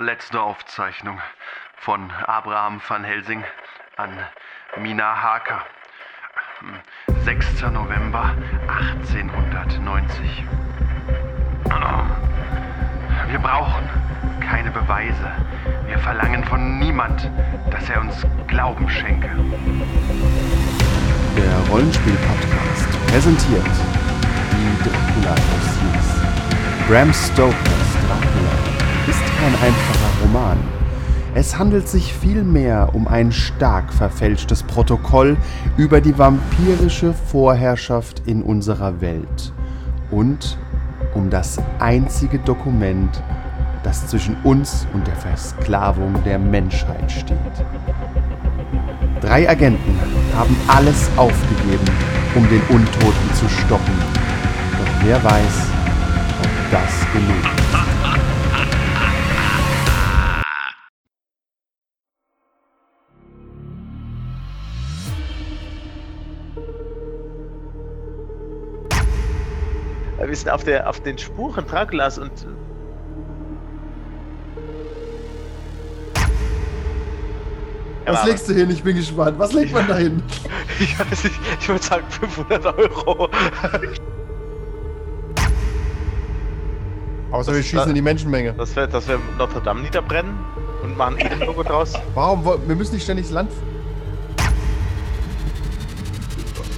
Letzte Aufzeichnung von Abraham van Helsing an Mina Harker. 6. November 1890. Wir brauchen keine Beweise. Wir verlangen von niemand, dass er uns Glauben schenke. Der Rollenspiel-Podcast präsentiert die dracula OCs. Bram Stokers Dracula ist kein einfacher Roman. Es handelt sich vielmehr um ein stark verfälschtes Protokoll über die vampirische Vorherrschaft in unserer Welt und um das einzige Dokument, das zwischen uns und der Versklavung der Menschheit steht. Drei Agenten haben alles aufgegeben, um den Untoten zu stoppen. Doch wer weiß, ob das genug ist. Äh, Wir sind auf, der, auf den Spuren Draculas und. äh, Was Ja, legst du hin? Ich bin gespannt. Was legt man da hin? Ich weiß nicht, ich würde sagen 500 Euro. Außer wir Das- wir schießen schießen in in die Menschenmenge. Das wäre, dass wir Notre Dame niederbrennen und machen ein Logo draus. Warum? woll- Wir müssen nicht ständig das Land.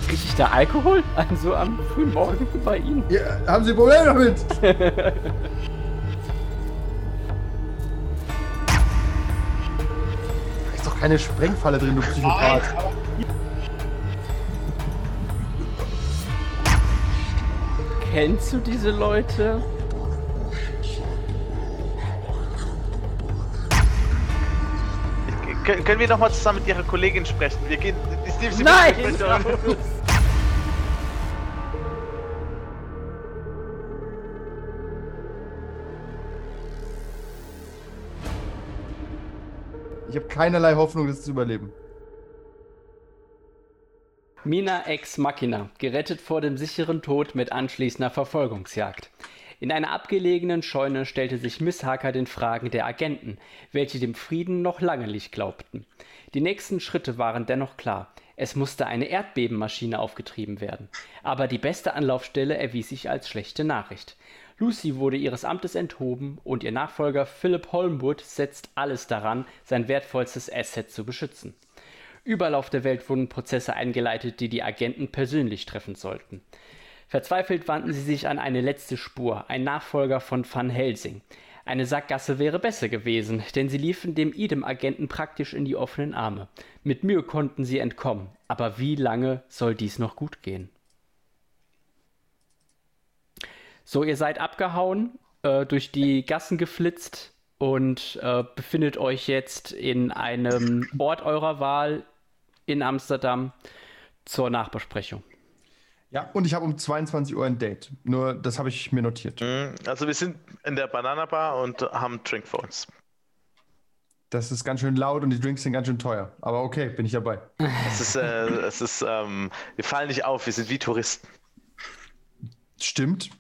Krieg ich da Alkohol? Also am frühen Morgen bei Ihnen? Ja, haben Sie Probleme damit? da ist doch keine Sprengfalle drin, du Psychopath. Kennst du diese Leute? Ich- Können können wir nochmal zusammen mit Ihrer Kollegin sprechen? Wir gehen. die Steve, Sie Nein! müssen sprechen. raus! Ich habe keinerlei Hoffnung, das zu überleben. Mina ex Machina, gerettet vor dem sicheren Tod mit anschließender Verfolgungsjagd. In einer abgelegenen Scheune stellte sich Miss Harker den Fragen der Agenten, welche dem Frieden noch lange nicht glaubten. Die nächsten Schritte waren dennoch klar. Es musste eine Erdbebenmaschine aufgetrieben werden. Aber die beste Anlaufstelle erwies sich als schlechte Nachricht. Lucy wurde ihres Amtes enthoben und ihr Nachfolger Philip Holmwood setzt alles daran, sein wertvollstes Asset zu beschützen. Überall auf der Welt wurden Prozesse eingeleitet, die die Agenten persönlich treffen sollten. Verzweifelt wandten sie sich an eine letzte Spur, ein Nachfolger von Van Helsing. Eine Sackgasse wäre besser gewesen, denn sie liefen dem Idem-Agenten praktisch in die offenen Arme. Mit Mühe konnten sie entkommen, aber wie lange soll dies noch gut gehen? So, ihr seid abgehauen, äh, durch die Gassen geflitzt und äh, befindet euch jetzt in einem Ort eurer Wahl in Amsterdam zur Nachbesprechung. Ja, und ich habe um 22 Uhr ein Date. Nur, das habe ich mir notiert. Mhm, Also wir sind in der Banana Bar und haben Trinkphones. Das ist ganz schön laut und die Drinks sind ganz schön teuer. Aber okay, bin ich dabei. Es ist, äh, es ist, ähm, wir fallen nicht auf, wir sind wie Touristen. Stimmt.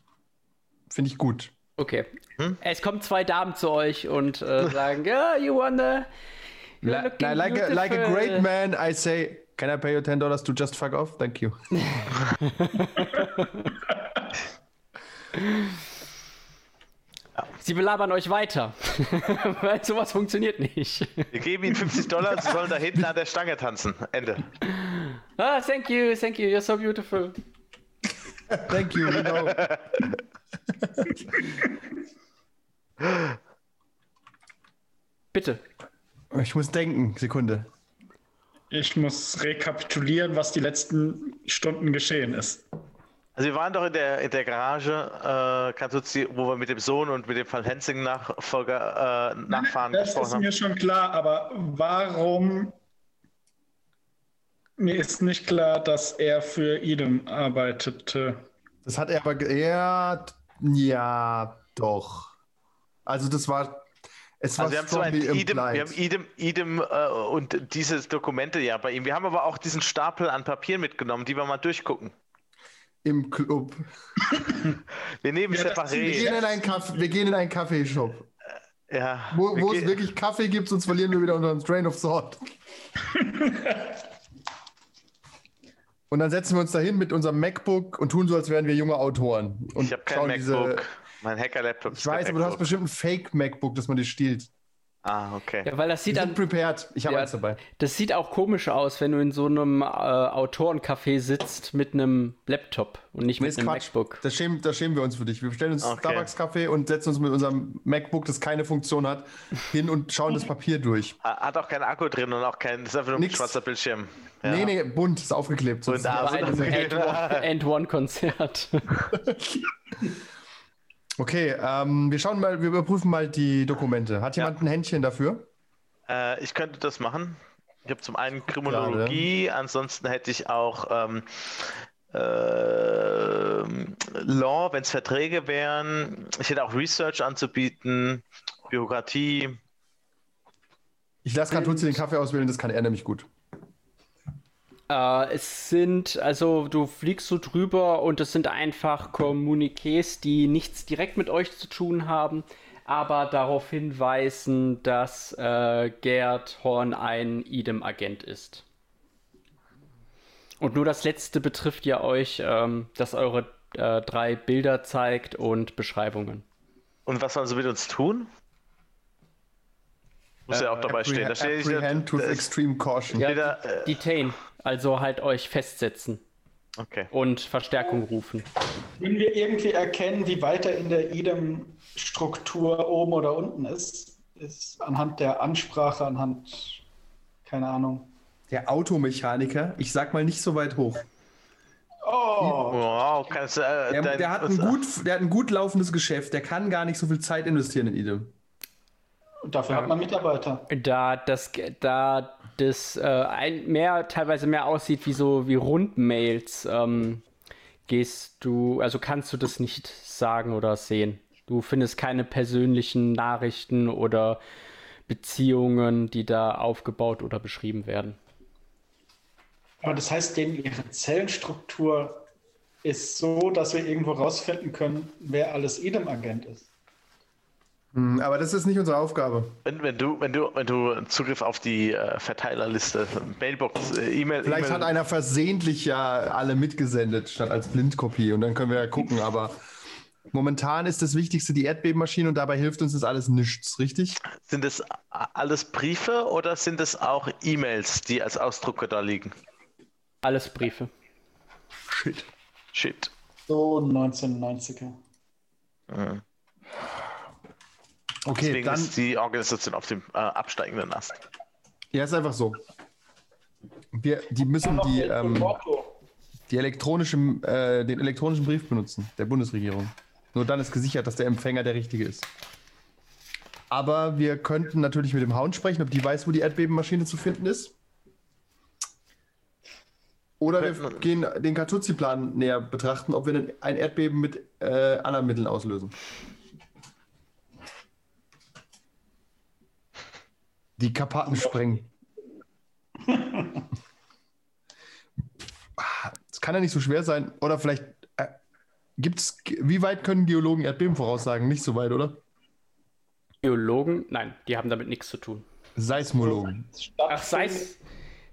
Finde ich gut. Okay. Hm? Es kommen zwei Damen zu euch und äh, sagen, yeah, you wanna... you're Li- looking li- like, a, like a beautiful." great man, I say, can I pay you ten dollars to just fuck off? Thank you. Sie belabern euch weiter, weil sowas funktioniert nicht. Wir geben ihnen 50 Dollar, sie sollen da hinten an der Stange tanzen. Ende. ah, thank you, thank you, you're so beautiful. Thank you. you know. Bitte. Ich muss denken. Sekunde. Ich muss rekapitulieren, was die letzten Stunden geschehen ist. Also wir waren doch in der, in der Garage, äh, Kantuzi, wo wir mit dem Sohn und mit dem Van Hensing Nachfolger äh, Nachfahren Das ist gesprochen mir schon klar, aber warum? Mir ist nicht klar, dass er für Idem arbeitete. Das hat er aber. ge- Ja, t- ja, doch. Also, das war. Es haben. Also wir war haben, zwar ein strongly Idem, wir implied. haben Idem, Idem äh, und diese Dokumente ja bei ihm. Wir haben aber auch diesen Stapel an Papier mitgenommen, die wir mal durchgucken. Im Club. Wir nehmen Ja, das sind Wir separé. eh. gehen in einen Kaff- wir gehen in einen Kaffeeshop. Ja, Wo, wir wo es ge- wirklich Kaffee gibt, sonst verlieren wir wieder unseren Strain of Thought. und dann setzen wir uns dahin mit unserem MacBook und tun so, als wären wir junge Autoren. Und ich habe kein schauen MacBook. mein Hacker-Laptop ich weiß, aber du hast bestimmt ein Fake-MacBook, dass man dich stiehlt. Ah, okay. Ja, weil das Ich sieht dann, bin prepared. Ich habe Ja. eins dabei. das sieht auch komisch aus, wenn du in so einem äh, Autorencafé sitzt mit einem Laptop und nicht Nee, mit ist einem Quatsch. MacBook. Da schämen, da schämen wir uns für dich. Wir bestellen uns Okay. Starbucks-Kaffee und setzen uns mit unserem MacBook, das keine Funktion hat, hin und schauen das Papier durch. Ha- Hat auch keinen Akku drin und auch kein. Das ist einfach nur ein Nix. schwarzer Bildschirm. Nee, nee, bunt, ist aufgeklebt. So ein sonst- Bei Dase. einem End-One-Konzert. Okay, ähm, wir schauen mal, wir überprüfen mal die Dokumente. Hat jemand ein Händchen dafür? Äh, ich könnte das machen. Ich habe zum einen Kriminologie, ansonsten hätte ich auch ähm, ähm, Law, wenn es Verträge wären. Ich hätte auch Research anzubieten, Bürokratie. Ich lasse Kantuzzi den Kaffee auswählen, das kann er nämlich gut. Äh, es sind, also du fliegst so drüber und es sind einfach Kommuniqués, die nichts direkt mit euch zu tun haben, aber darauf hinweisen, dass äh, Gerd Horn ein Idem-Agent ist. Und nur das letzte betrifft ja euch, ähm, dass eure äh, drei Bilder zeigt und Beschreibungen. Und was sollen sie mit uns tun? Muss ja auch dabei stehen. Da steht nicht- Apprehend with da ist- extreme caution. Ja, Bilder, de- detain, also halt euch festsetzen Okay. und Verstärkung rufen. Können wir irgendwie erkennen, wie weit er in der Idem-Struktur oben oder unten ist? ist? Anhand der Ansprache, anhand, keine Ahnung. Der Automechaniker, ich sag mal nicht so weit hoch. Oh, Wow, kannst du. Äh, Der, dein- der, hat ein gut, der hat ein gut laufendes Geschäft, der kann gar nicht so viel Zeit investieren in Idem. und dafür hat man Mitarbeiter. Da das, da das äh, ein, mehr, teilweise mehr aussieht wie so wie Rundmails, ähm, gehst du, also kannst du das nicht sagen oder sehen. Du findest keine persönlichen Nachrichten oder Beziehungen, die da aufgebaut oder beschrieben werden. Aber das heißt, denen ihre Zellenstruktur ist so, dass wir irgendwo rausfinden können, wer alles Idem-Agent ist. Hm, Aber das ist nicht unsere Aufgabe. Wenn, wenn, du, wenn, du, wenn du Zugriff auf die äh, Verteilerliste, Mailbox, äh, E-Mail. Vielleicht E-Mail- hat einer versehentlich ja alle mitgesendet, statt als Blindkopie. Und dann können wir ja gucken. Aber momentan ist das Wichtigste die Erdbebenmaschine und dabei hilft uns das alles nichts, richtig? Sind es a- alles Briefe oder sind es auch E-Mails, die als Ausdrucke da liegen? Alles Briefe. Shit. Shit. So 1990er. Mhm. Okay, Deswegen dann. ist die Organisation auf dem äh, absteigenden Ast. Ja, ist einfach so. Wir, die müssen die, ähm, die elektronische, äh, den elektronischen Brief benutzen, der Bundesregierung. Nur dann ist gesichert, dass der Empfänger der richtige ist. Aber wir könnten natürlich mit dem Hound sprechen, ob die weiß, wo die Erdbebenmaschine zu finden ist. Oder wir Könnten- gehen den Kartuzzi-Plan näher betrachten, ob wir denn ein Erdbeben mit äh, anderen Mitteln auslösen. Die Karpaten sprengen. Es kann ja nicht so schwer sein. Oder vielleicht äh, gibt es. Wie weit können Geologen Erdbeben voraussagen? Nicht so weit, oder? Biologen? Nein, die haben damit nichts zu tun. Seismologen. Ach, Seis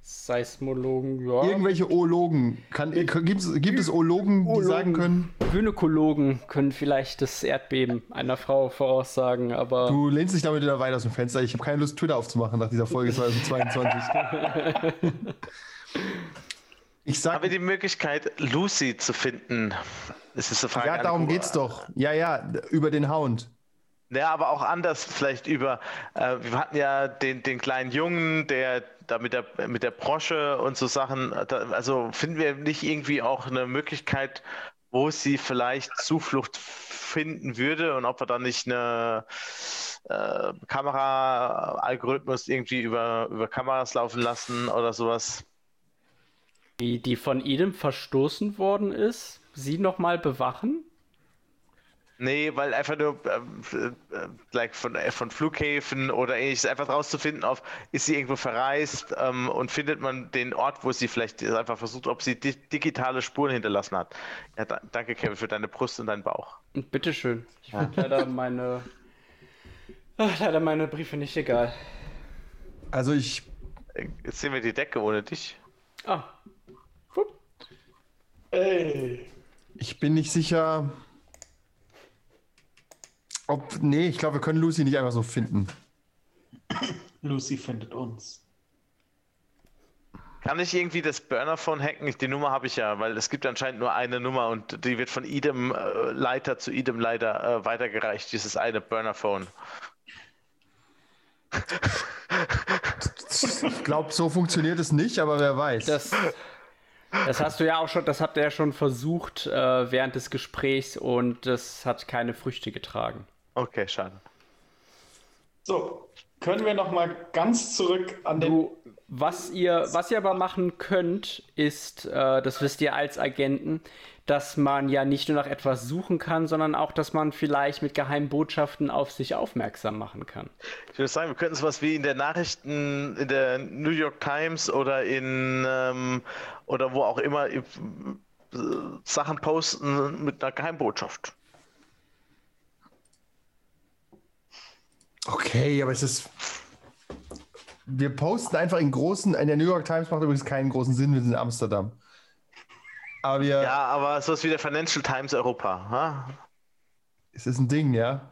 Seismologen, ja. Irgendwelche Oologen. Kann, gibt's, gibt es Oologen, die Oologen. sagen können, Gynäkologen können vielleicht das Erdbeben einer Frau voraussagen, aber. du lehnst dich damit wieder weit aus dem Fenster. Ich habe keine Lust, Twitter aufzumachen nach dieser Folge 2022. ich Haben wir sag, die Möglichkeit, Lucy zu finden? Das ist eine Frage. ja, an- darum geht's doch. Ja, ja, über den Hound. Ja, aber auch anders, vielleicht über. Äh, wir hatten ja den, den kleinen Jungen, der da mit der, mit der Brosche und so Sachen. äh, Da, also finden wir nicht irgendwie auch eine Möglichkeit, wo sie vielleicht Zuflucht finden würde und ob wir da nicht eine äh, Kamera-Algorithmus irgendwie über, über Kameras laufen lassen oder sowas. die, die von Idem verstoßen worden ist, sie nochmal bewachen? Nee, weil einfach nur ähm, f- äh, like von, äh, von Flughäfen oder ähnliches einfach rauszufinden, auf, ist sie irgendwo verreist ähm, und findet man den Ort, wo sie vielleicht einfach versucht, ob sie di digitale Spuren hinterlassen hat. Ja, da, danke, Kevin, für deine Brust und deinen Bauch. Bitteschön. Ich würde leider meine Ach, ah, leider meine Briefe nicht egal. Also ich. Jetzt sehen wir die Decke ohne dich. Ah, Ey. Ich bin nicht sicher. Ob. Nee, ich glaube, wir können Lucy nicht einfach so finden. Lucy findet uns. Kann ich irgendwie das Burner-Phone hacken? Ich- Die Nummer habe ich ja, weil es gibt anscheinend nur eine Nummer und die wird von idem äh, Leiter zu idem Leiter äh, weitergereicht, dieses eine Burner-Phone. Ich glaube, so funktioniert es nicht, aber wer weiß. das, das hast du ja auch schon, das habt ihr ja schon versucht äh, während des Gesprächs und das hat keine Früchte getragen. Okay, schade. So, können wir noch mal ganz zurück an den Du, was ihr, was ihr aber machen könnt, ist, äh, das wisst ihr als Agenten, dass man ja nicht nur nach etwas suchen kann, sondern auch, dass man vielleicht mit geheimen Botschaften auf sich aufmerksam machen kann. Ich würde sagen, wir könnten sowas wie in der Nachrichten, in der New York Times oder in ähm, oder wo auch immer äh, Sachen posten mit einer Geheimbotschaft. Okay, aber es ist. Wir posten einfach in großen. In der New York Times macht übrigens keinen großen Sinn, wir sind in Amsterdam. Aber wir. Ja, aber sowas wie der Financial Times Europa. Ha? Es ist ein Ding, ja.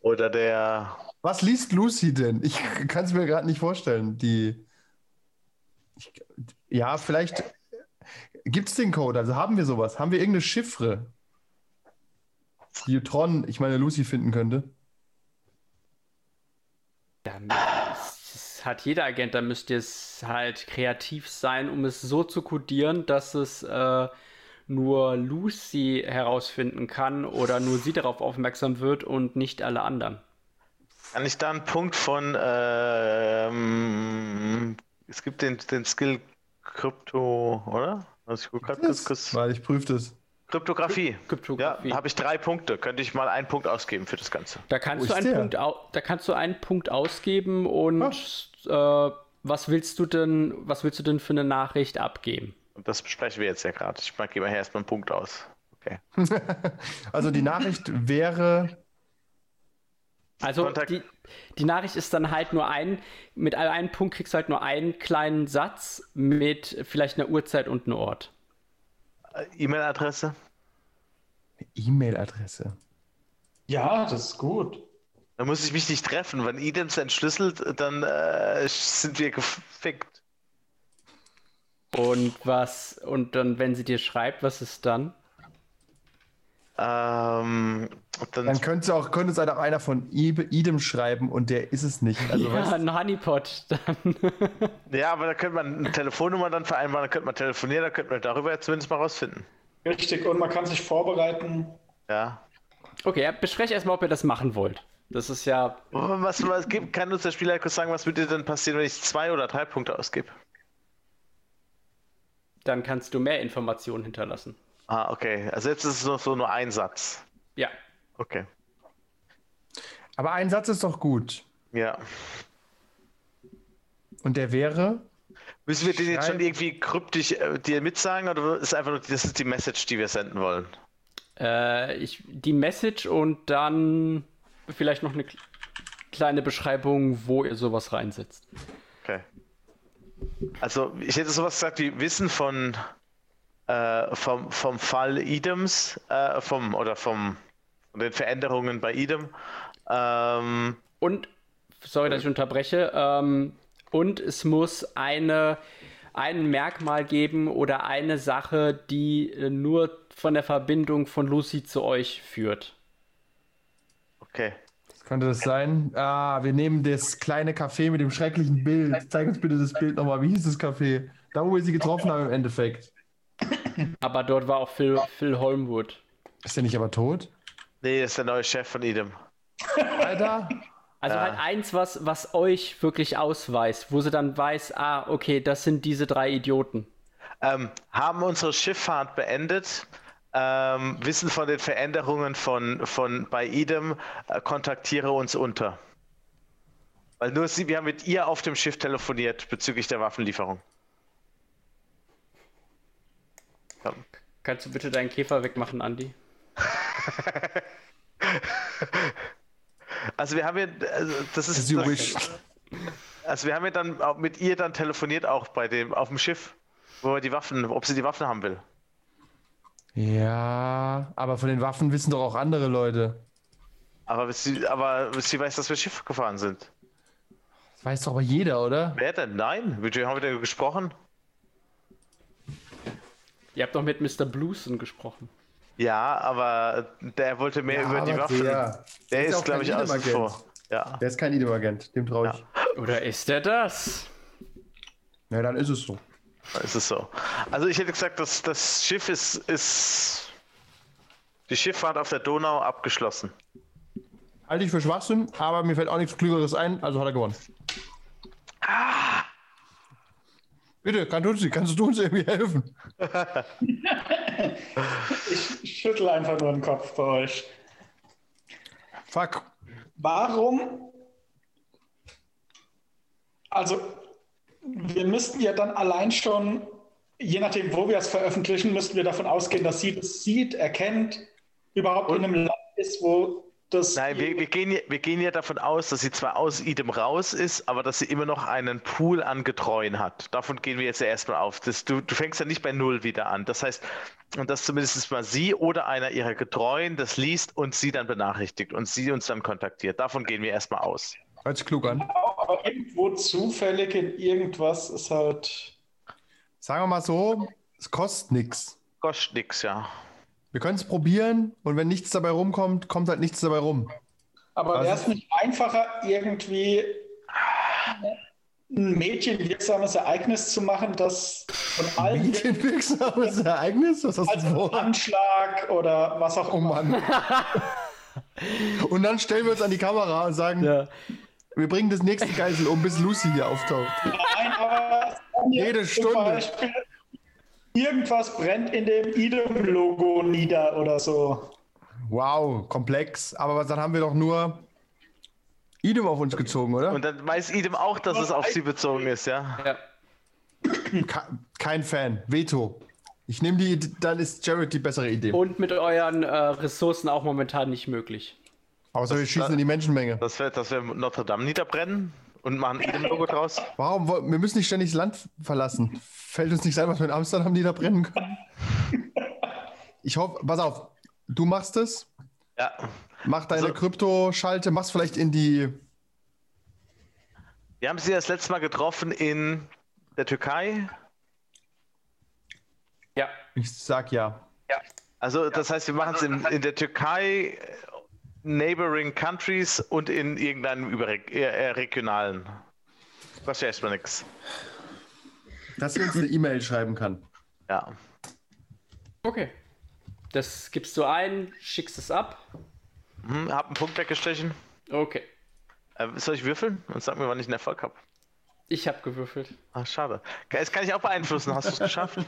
Oder der. Was liest Lucy denn? Ich kann es mir gerade nicht vorstellen. Die. Ich, ja, vielleicht. Gibt es den Code? Also haben wir sowas? Haben wir irgendeine Chiffre? Die Tron, ich meine, Lucy finden könnte. Dann das hat jeder Agent, da müsst ihr es halt kreativ sein, um es so zu kodieren, dass es äh, nur Lucy herausfinden kann oder nur sie darauf aufmerksam wird und nicht alle anderen. Kann ich da einen Punkt von. Ähm, es gibt den, den Skill Krypto, oder? Also ich guck grad kurz, kurz. Weil ich prüfe das. Kryptografie. Ja, Kryptographie. habe ich drei Punkte. Könnte ich mal einen Punkt ausgeben für das Ganze. Da Wo kannst, du ist einen der? Punkt au da kannst du einen Punkt ausgeben und Ah. äh, was willst du denn, was willst du denn für eine Nachricht abgeben? Und das besprechen wir jetzt ja gerade. Ich mag gebe hier erstmal einen Punkt aus. Okay. Also die Nachricht wäre. Also Kontakt- die, die Nachricht ist dann halt nur ein, mit einem Punkt kriegst du halt nur einen kleinen Satz mit vielleicht einer Uhrzeit und einem Ort. Äh, E-Mail-Adresse? E-Mail-Adresse. Ja, das ist gut. Da muss ich mich nicht treffen. Wenn Idems entschlüsselt, dann äh, sind wir gefickt. Und was, und dann, wenn sie dir schreibt, was ist dann? Ähm, und dann, Dann könnte auch, könnte es halt auch einer von Ibe- Idem schreiben und der ist es nicht. Also ja, weißt ein Honeypot. Dann. ja, aber da könnte man eine Telefonnummer dann vereinbaren, da könnte man telefonieren, da könnte man darüber jetzt zumindest mal rausfinden. Richtig, und man kann sich vorbereiten. Ja. Okay, ja, besprecht erstmal, ob ihr das machen wollt. Das ist ja, Aber Was, was gibt, kann uns der Spieler kurz sagen, was würde denn passieren, wenn ich zwei oder drei Punkte ausgebe? dann kannst du mehr Informationen hinterlassen. Ah, okay. Also jetzt ist es noch so nur ein Satz. Ja, Okay. Aber ein Satz ist doch gut. Ja. Und der wäre. Müssen wir den jetzt schon Schreib- irgendwie kryptisch äh, dir mitsagen oder ist einfach nur, das ist die Message, die wir senden wollen? äh, ich, die Message und dann vielleicht noch eine kle- kleine Beschreibung, wo ihr sowas reinsetzt. Okay. Also, ich hätte sowas gesagt wie Wissen von äh, vom, vom Fall Idems, äh, vom oder vom von den Veränderungen bei Idem. Ähm, Und, sorry, dass ich unterbreche, ähm, und es muss eine, ein Merkmal geben oder eine Sache, die äh, nur von der Verbindung von Lucy zu euch führt. okay. Was könnte das sein? Ah, wir nehmen das kleine Café mit dem schrecklichen Bild. Zeig uns bitte das Bild nochmal. Wie hieß das Café? Da, wo wir sie getroffen haben im Endeffekt. Aber dort war auch Phil, Phil Holmwood. Ist der nicht aber tot? Nee, das ist der neue Chef von Idem. Alter? Also Ja. halt eins, was, was euch wirklich ausweist, wo sie dann weiß, ah, okay, das sind diese drei Idioten. Ähm, haben unsere Schifffahrt beendet. Ähm, wissen von den Veränderungen von, von bei Idem, äh, kontaktiere uns unter. Weil nur sie, wir haben mit ihr auf dem Schiff telefoniert bezüglich der Waffenlieferung. Kannst du bitte deinen Käfer wegmachen, Andi? Also wir haben ja, also das ist, As you das, wish. also wir haben ja dann auch mit ihr dann telefoniert auch bei dem auf dem Schiff, wo wir die Waffen, ob sie die Waffen haben will. Ja, aber von den Waffen wissen doch auch andere Leute. Aber sie, aber sie weiß, dass wir Schiff gefahren sind. Das weiß doch aber jeder, oder? Wer denn? Nein, mit wem haben wir denn gesprochen? Ihr habt doch mit Mr. Bluesen gesprochen. Ja, aber der wollte mehr über die Waffen. Der, Der ist ist, auch glaube kein ich, außen Innemergeld. vor. Ja. der ist kein Idem-Agent, dem traue ich. Oder ist er das? Na, dann ist es so. Es ist so. Also ich hätte gesagt, das, das Schiff ist, ist. Die Schifffahrt auf der Donau abgeschlossen. Halte ich für Schwachsinn, aber mir fällt auch nichts Klügeres ein, also hat er gewonnen. Ah. Bitte, kann tun Sie, kannst du uns irgendwie helfen? Ich schüttle einfach nur den Kopf bei euch. Fuck. Warum? Also, wir müssten ja dann allein schon, je nachdem, wo wir es veröffentlichen, müssten wir davon ausgehen, dass sie das sieht, erkennt, überhaupt in einem Land ist, wo das. Nein, wir, wir, gehen, ja- wir gehen ja davon aus, dass sie zwar aus Idem raus ist, aber dass sie immer noch einen Pool an Getreuen hat. Davon gehen wir jetzt ja erstmal auf. Das, du, du fängst ja nicht bei Null wieder an. Das heißt, und dass zumindest mal sie oder einer ihrer Getreuen das liest und sie dann benachrichtigt und sie uns dann kontaktiert. Davon gehen wir erstmal aus. Hört sich klug an. aber irgendwo zufällig in irgendwas ist halt. Sagen wir mal so, es kostet nichts. Kostet nix, ja. Wir können es probieren und wenn nichts dabei rumkommt, kommt halt nichts dabei rum. Aber Was wäre ist- es nicht einfacher, irgendwie ein medienwirksames Ereignis zu machen, das von allen Medienwirksames Ereignis? Was hast du Also vor? Anschlag oder was auch Oh immer. Mann. Und dann stellen wir uns an die Kamera und sagen, Ja. wir bringen das nächste Geisel um, bis Lucy hier auftaucht. Nein, aber es kann ja Jede zum Stunde. Beispiel irgendwas brennt in dem Idem-Logo nieder oder so. Wow, komplex. Aber was- dann haben wir doch nur Idem auf uns gezogen, oder? Und dann weiß Idem auch, dass es auf sie bezogen ist, ja. Ja. Ka- Kein Fan. Veto. Ich nehme die, dann ist Jared die bessere Idee. Und mit euren äh, Ressourcen auch momentan nicht möglich. Außer wir schießen in die Menschenmenge. Dass wir, dass wir Notre Dame niederbrennen und machen Idem-Logo draus. Warum? wo- Wir müssen nicht ständig das Land verlassen. Fällt uns nicht ein, was wir in Amsterdam niederbrennen können? Ich hoffe, pass auf, du machst es, Ja. mach deine Also- Kryptoschalte, mach's vielleicht in die. Wir haben sie das letzte Mal getroffen in der Türkei. Ja. Ich sag ja. Also, das heißt, wir machen es in, in der Türkei, äh, neighboring countries und in irgendeinem überreg- äh, äh, regionalen. Das wäre erstmal nix. Dass sie uns eine E-Mail schreiben kann. Ja. Okay. Das gibst du ein, schickst es ab. Hm, hab einen Punkt weggestrichen. Okay. Äh, soll ich würfeln? Und sag mir, wann ich einen Erfolg habe. Ich habe gewürfelt. Ah, schade. Das kann ich auch beeinflussen. Hast du es geschafft?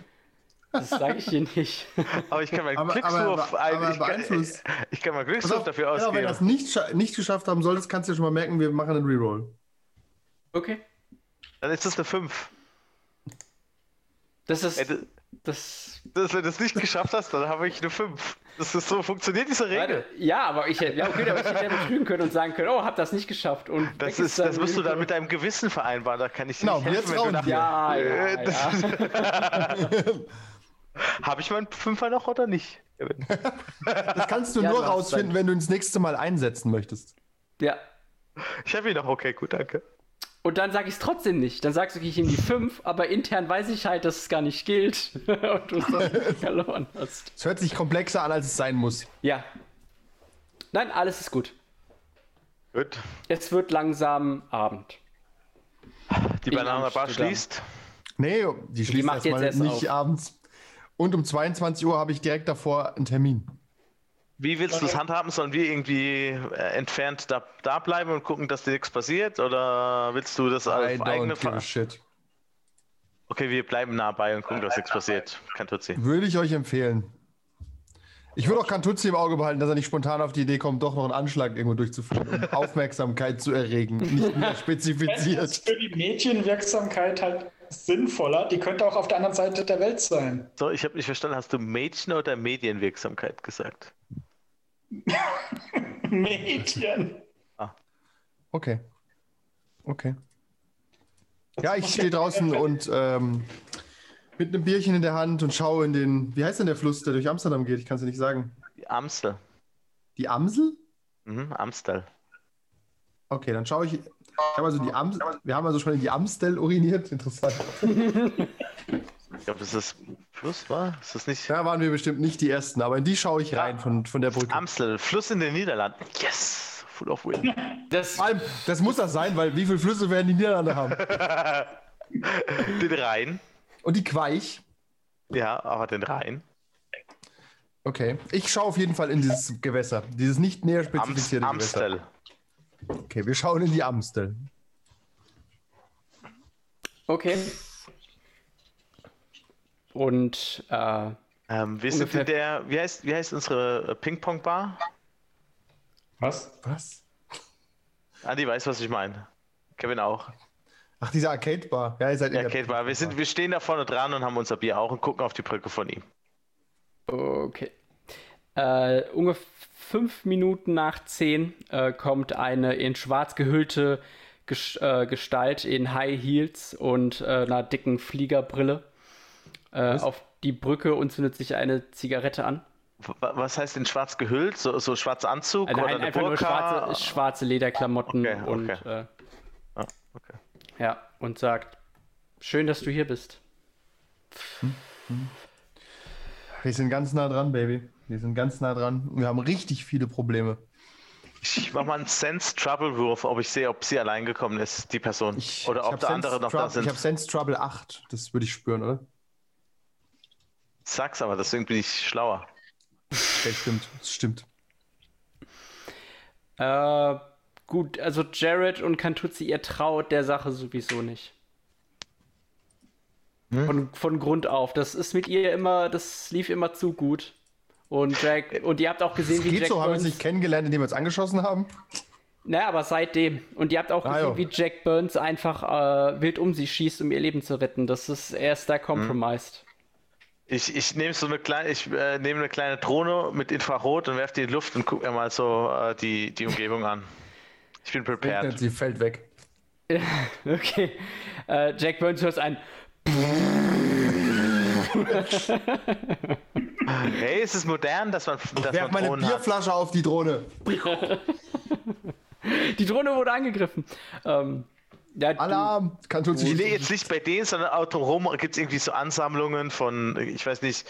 Das sage ich dir nicht. Aber ich kann meinen Aber- aber- Glückswurf aber- ein- aber ich, kann, beeinflusst. ich kann meinen Pass Glückswurf auf, dafür genau, wenn ausgeben. wir das nicht, scha- nicht geschafft haben solltest, kannst du dir schon mal merken, wir machen einen Reroll. Okay. Dann ist das eine 5. Das ist. Ey, das- Das. Das, wenn du es nicht geschafft hast, dann habe ich eine 5. Das ist so funktioniert diese Regel. Warte. Ja, aber ich hätte ja, okay, aber ich hätte ja betrügen können und sagen können, oh, hab das nicht geschafft. Und weg Das, ist, dann das musst du dann irgendwie- mit deinem Gewissen vereinbaren. Da kann ich dir Genau, nicht wir helfen, wenn du trauen nach- dir. Ja, Äh, ja, ja. das- Habe ich meinen Fünfer noch oder nicht? Kevin? Das kannst du Ja, nur du hast rausfinden, recht. wenn du ihn das nächste Mal einsetzen möchtest. ja. Ich habe ihn noch. Okay, gut, danke. Und dann sage ich es trotzdem nicht. Dann sagst du, okay, ich nehme die 5, aber intern weiß ich halt, dass es gar nicht gilt. und du es dann verloren hast. Es hört sich komplexer an, als es sein muss. Ja. Nein, alles ist gut. Gut. Es wird langsam Abend. Die In Bananenbar Amsterdam. schließt. Nee, die schließt macht jetzt erstmal erst nicht auf. abends. Und um 22 Uhr habe ich direkt davor einen Termin. Wie willst du es handhaben? Sollen wir irgendwie äh, entfernt da, da bleiben und gucken, dass dir nichts passiert? Oder willst du das auf Also eigene give a Ver shit. Okay, wir bleiben nah bei und gucken, dass nichts passiert. Kein Tutsi. Würde ich euch empfehlen. Ich würde auch Kantuzzi im Auge behalten, dass er nicht spontan auf die Idee kommt, doch noch einen Anschlag irgendwo durchzuführen, um Aufmerksamkeit zu erregen. Nicht mehr Das ist spezifiziert. für die Medienwirksamkeit halt sinnvoller. Die könnte auch auf der anderen Seite der Welt sein. So, ich habe nicht verstanden. Hast du Mädchen oder Medienwirksamkeit gesagt? Medien. Ah. Okay. Okay. Ja, ich stehe draußen und ähm, mit einem Bierchen in der Hand und schaue in den. Wie heißt denn der Fluss, der durch Amsterdam geht? Ich kann es dir nicht sagen. Amstel. Die Amsel? Mhm, Amstel. Okay, dann schaue ich. ich hab also die Amsel, wir haben also schon in die Amstel uriniert. Interessant. Ich glaube, das ist Fluss, war? Ist das nicht Da waren wir bestimmt nicht die Ersten, aber in die schaue ich rein von, von der Brücke. Amstel? Fluss in den Niederlanden. Yes! Full of Wind. Das, Vor allem, das muss das sein, weil wie viele Flüsse werden die Niederlande haben? den Rhein. Und die Queich. Ja, aber den Rhein. Okay. Ich schaue auf jeden Fall in dieses Gewässer. Dieses nicht näher Ams spezifizierte Gewässer. Amstel. Okay, wir schauen in die Amstel. okay. Und äh, Ähm, wir sind Ungefähr- in der, wie heißt, wie heißt unsere äh, Ping-Pong-Bar? Was? Was? Andi weiß, was ich meine. Kevin auch. Ach, diese Arcade-Bar. Ja, ihr seid in Ja, der- Kate war. Wir, sind, wir stehen da vorne dran und haben unser Bier auch und gucken auf die Brücke von ihm. Okay. Äh, ungefähr fünf Minuten nach zehn äh, kommt eine in schwarz gehüllte Ges äh, Gestalt in High Heels und äh, einer dicken Fliegerbrille äh, auf die Brücke und zündet sich eine Zigarette an. W- Was heißt in schwarz gehüllt? So, so schwarzer Anzug Also oder ein, Oh eine einfach nur Burka? schwarze, schwarze Lederklamotten Okay, okay. und äh, Ah, okay. ja, und sagt, schön, dass du hier bist. Wir sind ganz nah dran, Baby. Wir sind ganz nah dran. Wir haben richtig viele Probleme. Ich mach mal einen Sense-Trouble-Wurf, ob ich sehe, ob sie allein gekommen ist, die Person. oder ob hab da Sense andere noch da Trouble- Ich sind. habe Sense Trouble 8. Das würde ich spüren, oder? Sag's aber, deswegen bin ich schlauer. Okay, stimmt. Das stimmt. Äh, gut, also Jared und Cantuzzi, ihr traut der Sache sowieso nicht. Hm? Von, von Grund auf. Das ist mit ihr immer, das lief immer zu gut. Und Jack, und ihr habt auch gesehen, Äh, Es wie geht Jack so, haben wir uns nicht Burns. kennengelernt, indem wir uns angeschossen haben. Naja, aber seitdem. Und ihr habt auch Ah, gesehen, jo. wie Jack Burns einfach äh, wild um sie schießt, um ihr Leben zu retten. Das ist, er ist Hm? da compromised. Ich, ich nehme so eine kleine, ich äh, nehme eine kleine Drohne mit Infrarot und werfe die in die Luft und gucke mir mal so äh, die, die Umgebung an. Ich bin prepared. Sie fällt weg. Okay. Äh, Jack Burns hört ein. Hey, es ist modern, dass man, dass Werf man meine Drohnen hat. Bierflasche auf die Drohne. Die Drohne wurde angegriffen. Ähm, ja, du- Alarm. Kann tun Ich sich lege jetzt nicht bei denen, sondern autorum gibt es irgendwie so Ansammlungen von, ich weiß nicht,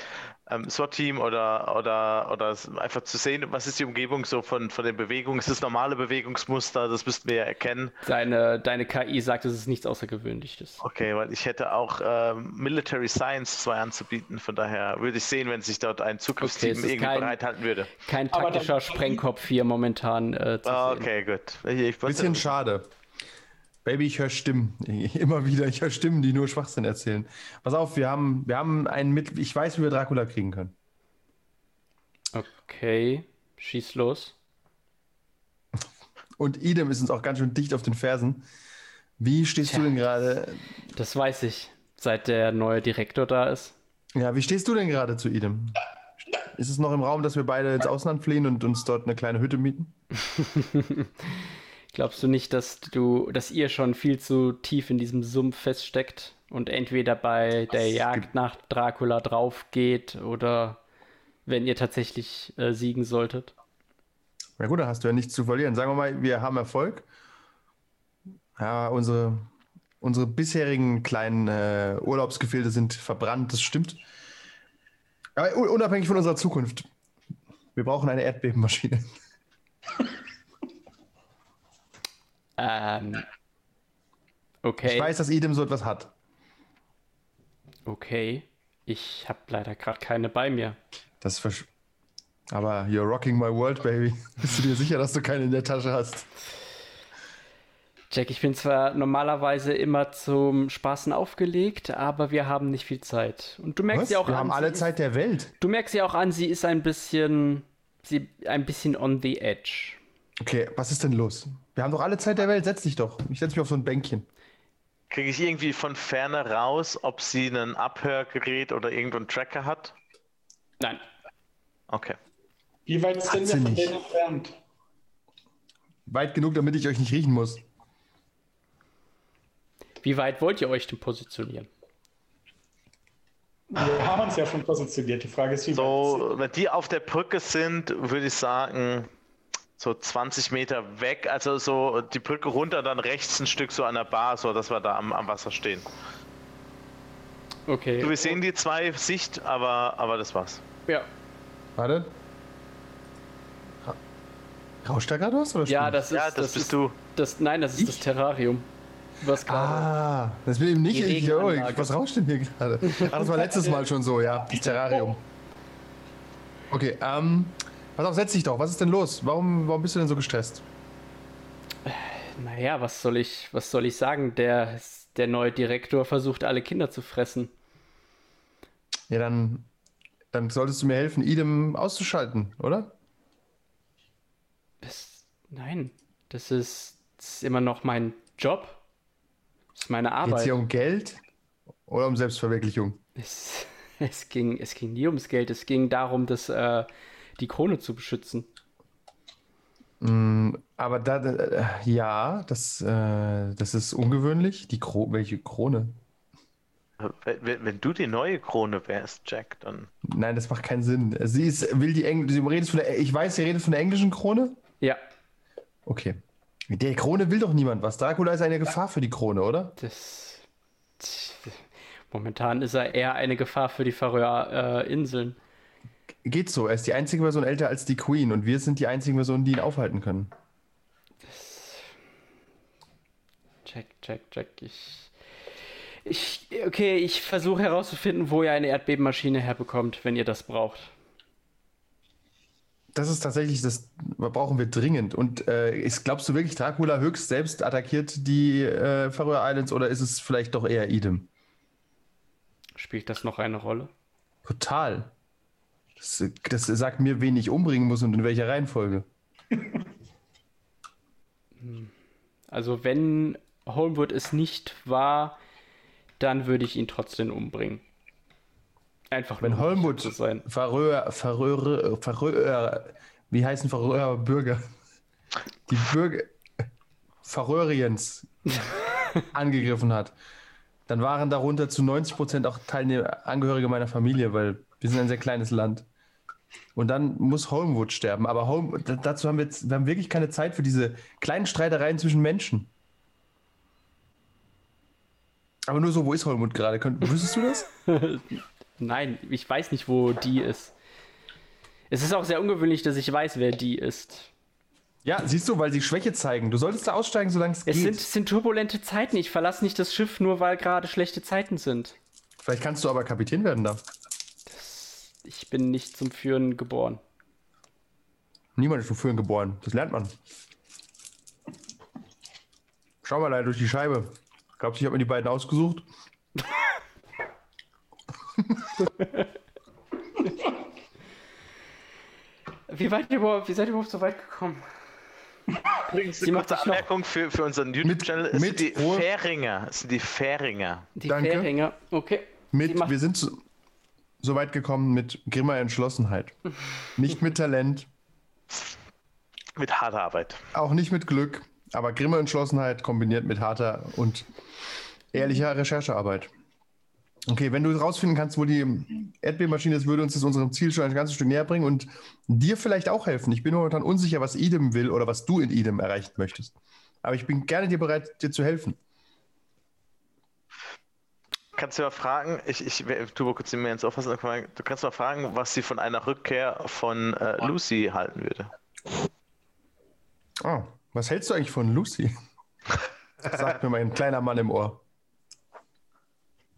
ähm, SWAT-Team oder, oder, oder s- einfach zu sehen, was ist die Umgebung so von, von den Bewegungen. Ist das normale Bewegungsmuster? Das müssten wir ja erkennen. Deine, deine KI sagt, es ist nichts Außergewöhnliches. Okay, weil ich hätte auch ähm, Military Science 2 anzubieten. Von daher würde ich sehen, wenn sich dort ein Zugriffsteam es ist irgendwie kein- bereithalten würde. Kein Aber taktischer dann- Sprengkopf hier momentan äh, zu Ah, sehen. Okay, gut. Ich, ich wollte- Bisschen schade. Baby, ich höre Stimmen. Immer wieder, ich höre Stimmen, die nur Schwachsinn erzählen. Pass auf, wir haben, wir haben einen mit. Ich weiß, wie wir Dracula kriegen können. Okay, schieß los. Und Idem ist uns auch ganz schön dicht auf den Fersen. Wie stehst du denn gerade? Das weiß ich, seit der neue Direktor da ist. Ja, wie stehst du denn gerade zu Idem? Ist es noch im Raum, dass wir beide ins Ausland fliehen und uns dort eine kleine Hütte mieten? Glaubst du nicht, dass du, dass ihr schon viel zu tief in diesem Sumpf feststeckt und entweder bei der Jagd nach Dracula draufgeht oder wenn ihr tatsächlich äh, siegen solltet? Na gut, da hast du ja nichts zu verlieren. Sagen wir mal, wir haben Erfolg. Ja, unsere, unsere bisherigen kleinen äh, Urlaubsgefilde sind verbrannt, das stimmt. Aber u- unabhängig von unserer Zukunft. Wir brauchen eine Erdbebenmaschine. Ähm, okay. Ich weiß, dass Idem so etwas hat. Okay. Ich habe leider gerade keine bei mir. Das versch Aber you're rocking my world, baby. Bist du dir sicher, dass du keine in der Tasche hast? Jack, ich bin zwar normalerweise immer zum Spaßen aufgelegt, aber wir haben nicht viel Zeit. Und du merkst Was? ja auch wir an, haben sie alle ist, Zeit der Welt. Du merkst ja auch an, sie ist ein bisschen, sie ein bisschen on the edge. Okay, was ist denn los? Wir haben doch alle Zeit der Welt. Setz dich doch. Ich setze mich auf so ein Bänkchen. Kriege ich irgendwie von ferne raus, ob sie ein Abhörgerät oder irgendeinen Tracker hat? Nein, Okay. Wie weit sind wir sie von nicht. denen entfernt? Weit genug, damit ich euch nicht riechen muss. Wie weit wollt ihr euch denn positionieren? Wir haben uns ja schon positioniert. Die Frage ist, wie So, wenn die auf der Brücke sind, würde ich sagen, so 20 Meter weg, also so die Brücke runter, dann rechts ein Stück so an der Bar, so dass wir da am, am Wasser stehen. Okay. So, wir sehen die zwei Sicht, aber, aber das war's. ja. Warte. Ra- Rauscht da gerade was? Oder ja, stimmt? das ist. Ja, das, bist ist, du. Das, nein, das ist das Terrarium. Was gerade. Ah, das will eben nicht. Die Ich, ja, oh, Regenanlage. was rauscht denn hier gerade? Ah, das war letztes Mal schon so, ja. Das Terrarium. Okay, ähm. Pass auf, setz dich doch. Was ist denn los? Warum, warum bist du denn so gestresst? Naja, was soll ich, was soll ich sagen? Der, der neue Direktor versucht, alle Kinder zu fressen. Ja, dann, dann solltest du mir helfen, Idem auszuschalten, oder? Das, nein, das ist, das ist immer noch mein Job. Das ist meine Geht's Arbeit. hier um Geld oder um Selbstverwirklichung? Es, es, ging, es ging nie ums Geld, es ging darum, dass, äh, die Krone zu beschützen. Aber da, da- äh, ja, das, äh, das ist ungewöhnlich. Die Kro welche Krone? Wenn, wenn- wenn du die neue Krone wärst, Jack, dann. Nein, das macht keinen Sinn. Sie ist, will die Engl sie redet von der, ich weiß, sie redet von der englischen Krone. Ja, Okay. Mit der Krone will doch niemand was. Dracula ist eine Gefahr für die Krone, oder? das. tch, Momentan ist er eher eine Gefahr für die äh, Färöer-Inseln. Geht so. Er ist die einzige Person älter als die Queen und wir sind die einzigen Personen, die ihn aufhalten können. Check, check, check. Ich. Ich. Okay, ich versuche herauszufinden, wo ihr eine Erdbebenmaschine herbekommt, wenn ihr das braucht. Das ist tatsächlich, das brauchen wir dringend. Und äh, ist, glaubst du wirklich, Dracula höchst selbst attackiert die äh, Faroe Islands oder ist es vielleicht doch eher Idem? Spielt das noch eine Rolle? Total. Das, das sagt mir, wen ich umbringen muss und in welcher Reihenfolge. Also, wenn Holmwood es nicht war, dann würde ich ihn trotzdem umbringen. Einfach Wenn nur, um Holmwood sicher zu sein. Faröer, Faröer, Faröer, wie heißen Faröer Bürger? Die Bürger Faröriens angegriffen hat, dann waren darunter zu 90 Prozent auch Teilnehmer, Angehörige meiner Familie, weil wir sind ein sehr kleines Land. Und dann muss Holmwood sterben. Aber Holm, d- dazu haben wir jetzt, wir haben wirklich keine Zeit für diese kleinen Streitereien zwischen Menschen. Aber nur so, wo ist Holmwood gerade? Könnt, wüsstest du das? Nein, ich weiß nicht, wo die ist. Es ist auch sehr ungewöhnlich, dass ich weiß, wer die ist. Ja, siehst du, weil sie Schwäche zeigen. Du solltest da aussteigen, solange es, Es geht. sind, es sind turbulente Zeiten. Ich verlasse nicht das Schiff, nur weil gerade schlechte Zeiten sind. Vielleicht kannst du aber Kapitän werden da. Ich bin nicht zum Führen geboren. Niemand ist zum Führen geboren. Das lernt man. Schau mal leider durch die Scheibe. Glaubst du, ich habe mir die beiden ausgesucht? Wie, weit ihr überhaupt, wie seid ihr überhaupt so weit gekommen? Übrigens, Sie eine macht kurze sich noch- Anmerkung für, für unseren YouTube-Channel. Es mit sind die Ruhe. Fähringer. Es sind die Fähringer. Die Danke. Fährhänger. Okay. Die Mit, macht- wir sind so, so weit gekommen mit grimmer Entschlossenheit. Nicht mit Talent, Mit harter Arbeit. auch nicht mit Glück, aber grimme Entschlossenheit kombiniert mit harter und ehrlicher Recherchearbeit. Okay, wenn du rausfinden kannst, wo die Erdbebenmaschine ist, würde uns das unserem Ziel schon ein ganzes Stück näher bringen und dir vielleicht auch helfen. Ich bin momentan unsicher, was Idem will oder was du in Idem erreichen möchtest. Aber ich bin gerne dir bereit, dir zu helfen. Kannst du mal fragen, ich, ich tu mal kurz die Mails aufpassen, dann kann man- du kannst mal fragen, was sie von einer Rückkehr von äh, Lucy halten würde. Ah, was hältst du eigentlich von Lucy? Sagt mir mein kleiner Mann im Ohr.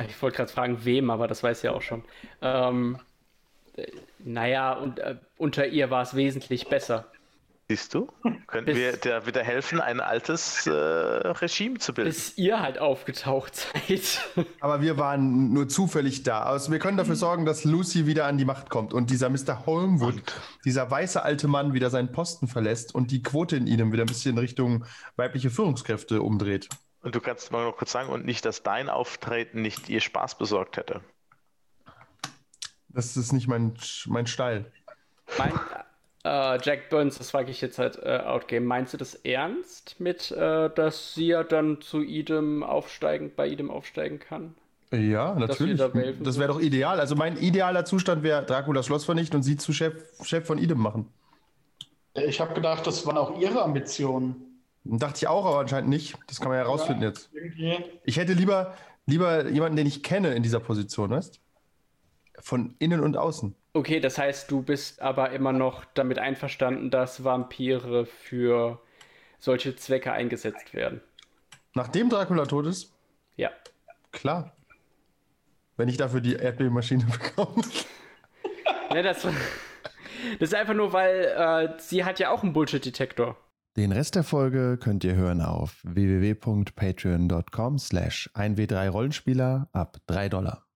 Ich wollte gerade fragen, wem, aber das weiß ja auch schon. Ähm, äh, naja, und, äh, unter ihr war es wesentlich besser. Siehst du? Könnten Bis- wir dir wieder helfen, ein altes äh, Regime zu bilden? Bis ihr halt aufgetaucht seid. Aber wir waren nur zufällig da. Also wir können dafür sorgen, dass Lucy wieder an die Macht kommt und dieser Mr. Holmwood, dieser weiße alte Mann, wieder seinen Posten verlässt und die Quote in ihm wieder ein bisschen Richtung weibliche Führungskräfte umdreht. Und du kannst mal noch kurz sagen, und nicht, dass dein Auftreten nicht ihr Spaß besorgt hätte. Das ist nicht mein, mein Steil. Mein, Äh, Jack Burns, das frage ich jetzt halt äh, Outgame. Meinst du das ernst mit, äh, dass sie ja dann zu Idem aufsteigen, bei Idem aufsteigen kann? Ja, natürlich. da helfen Das wäre doch ideal. Also mein idealer Zustand wäre Draculas Schloss vernichten und sie zu Chef, Chef von Idem machen. Ich habe gedacht, das waren auch ihre Ambitionen. Dachte ich auch, aber anscheinend nicht. Das kann man ja herausfinden jetzt. Irgendwie. Ich hätte lieber, lieber jemanden, den ich kenne in dieser Position, weißt? Von innen und außen. Okay, das heißt, du bist aber immer noch damit einverstanden, dass Vampire für solche Zwecke eingesetzt werden. Nachdem Dracula tot ist, Ja. klar. Wenn ich dafür die Erdbebenmaschine bekomme. Ne, das, das ist einfach nur, weil äh, sie hat ja auch einen Bullshit-Detektor. Den Rest der Folge könnt ihr hören auf www.patreon.com slash 1w3rollenspieler ab 3 Dollar.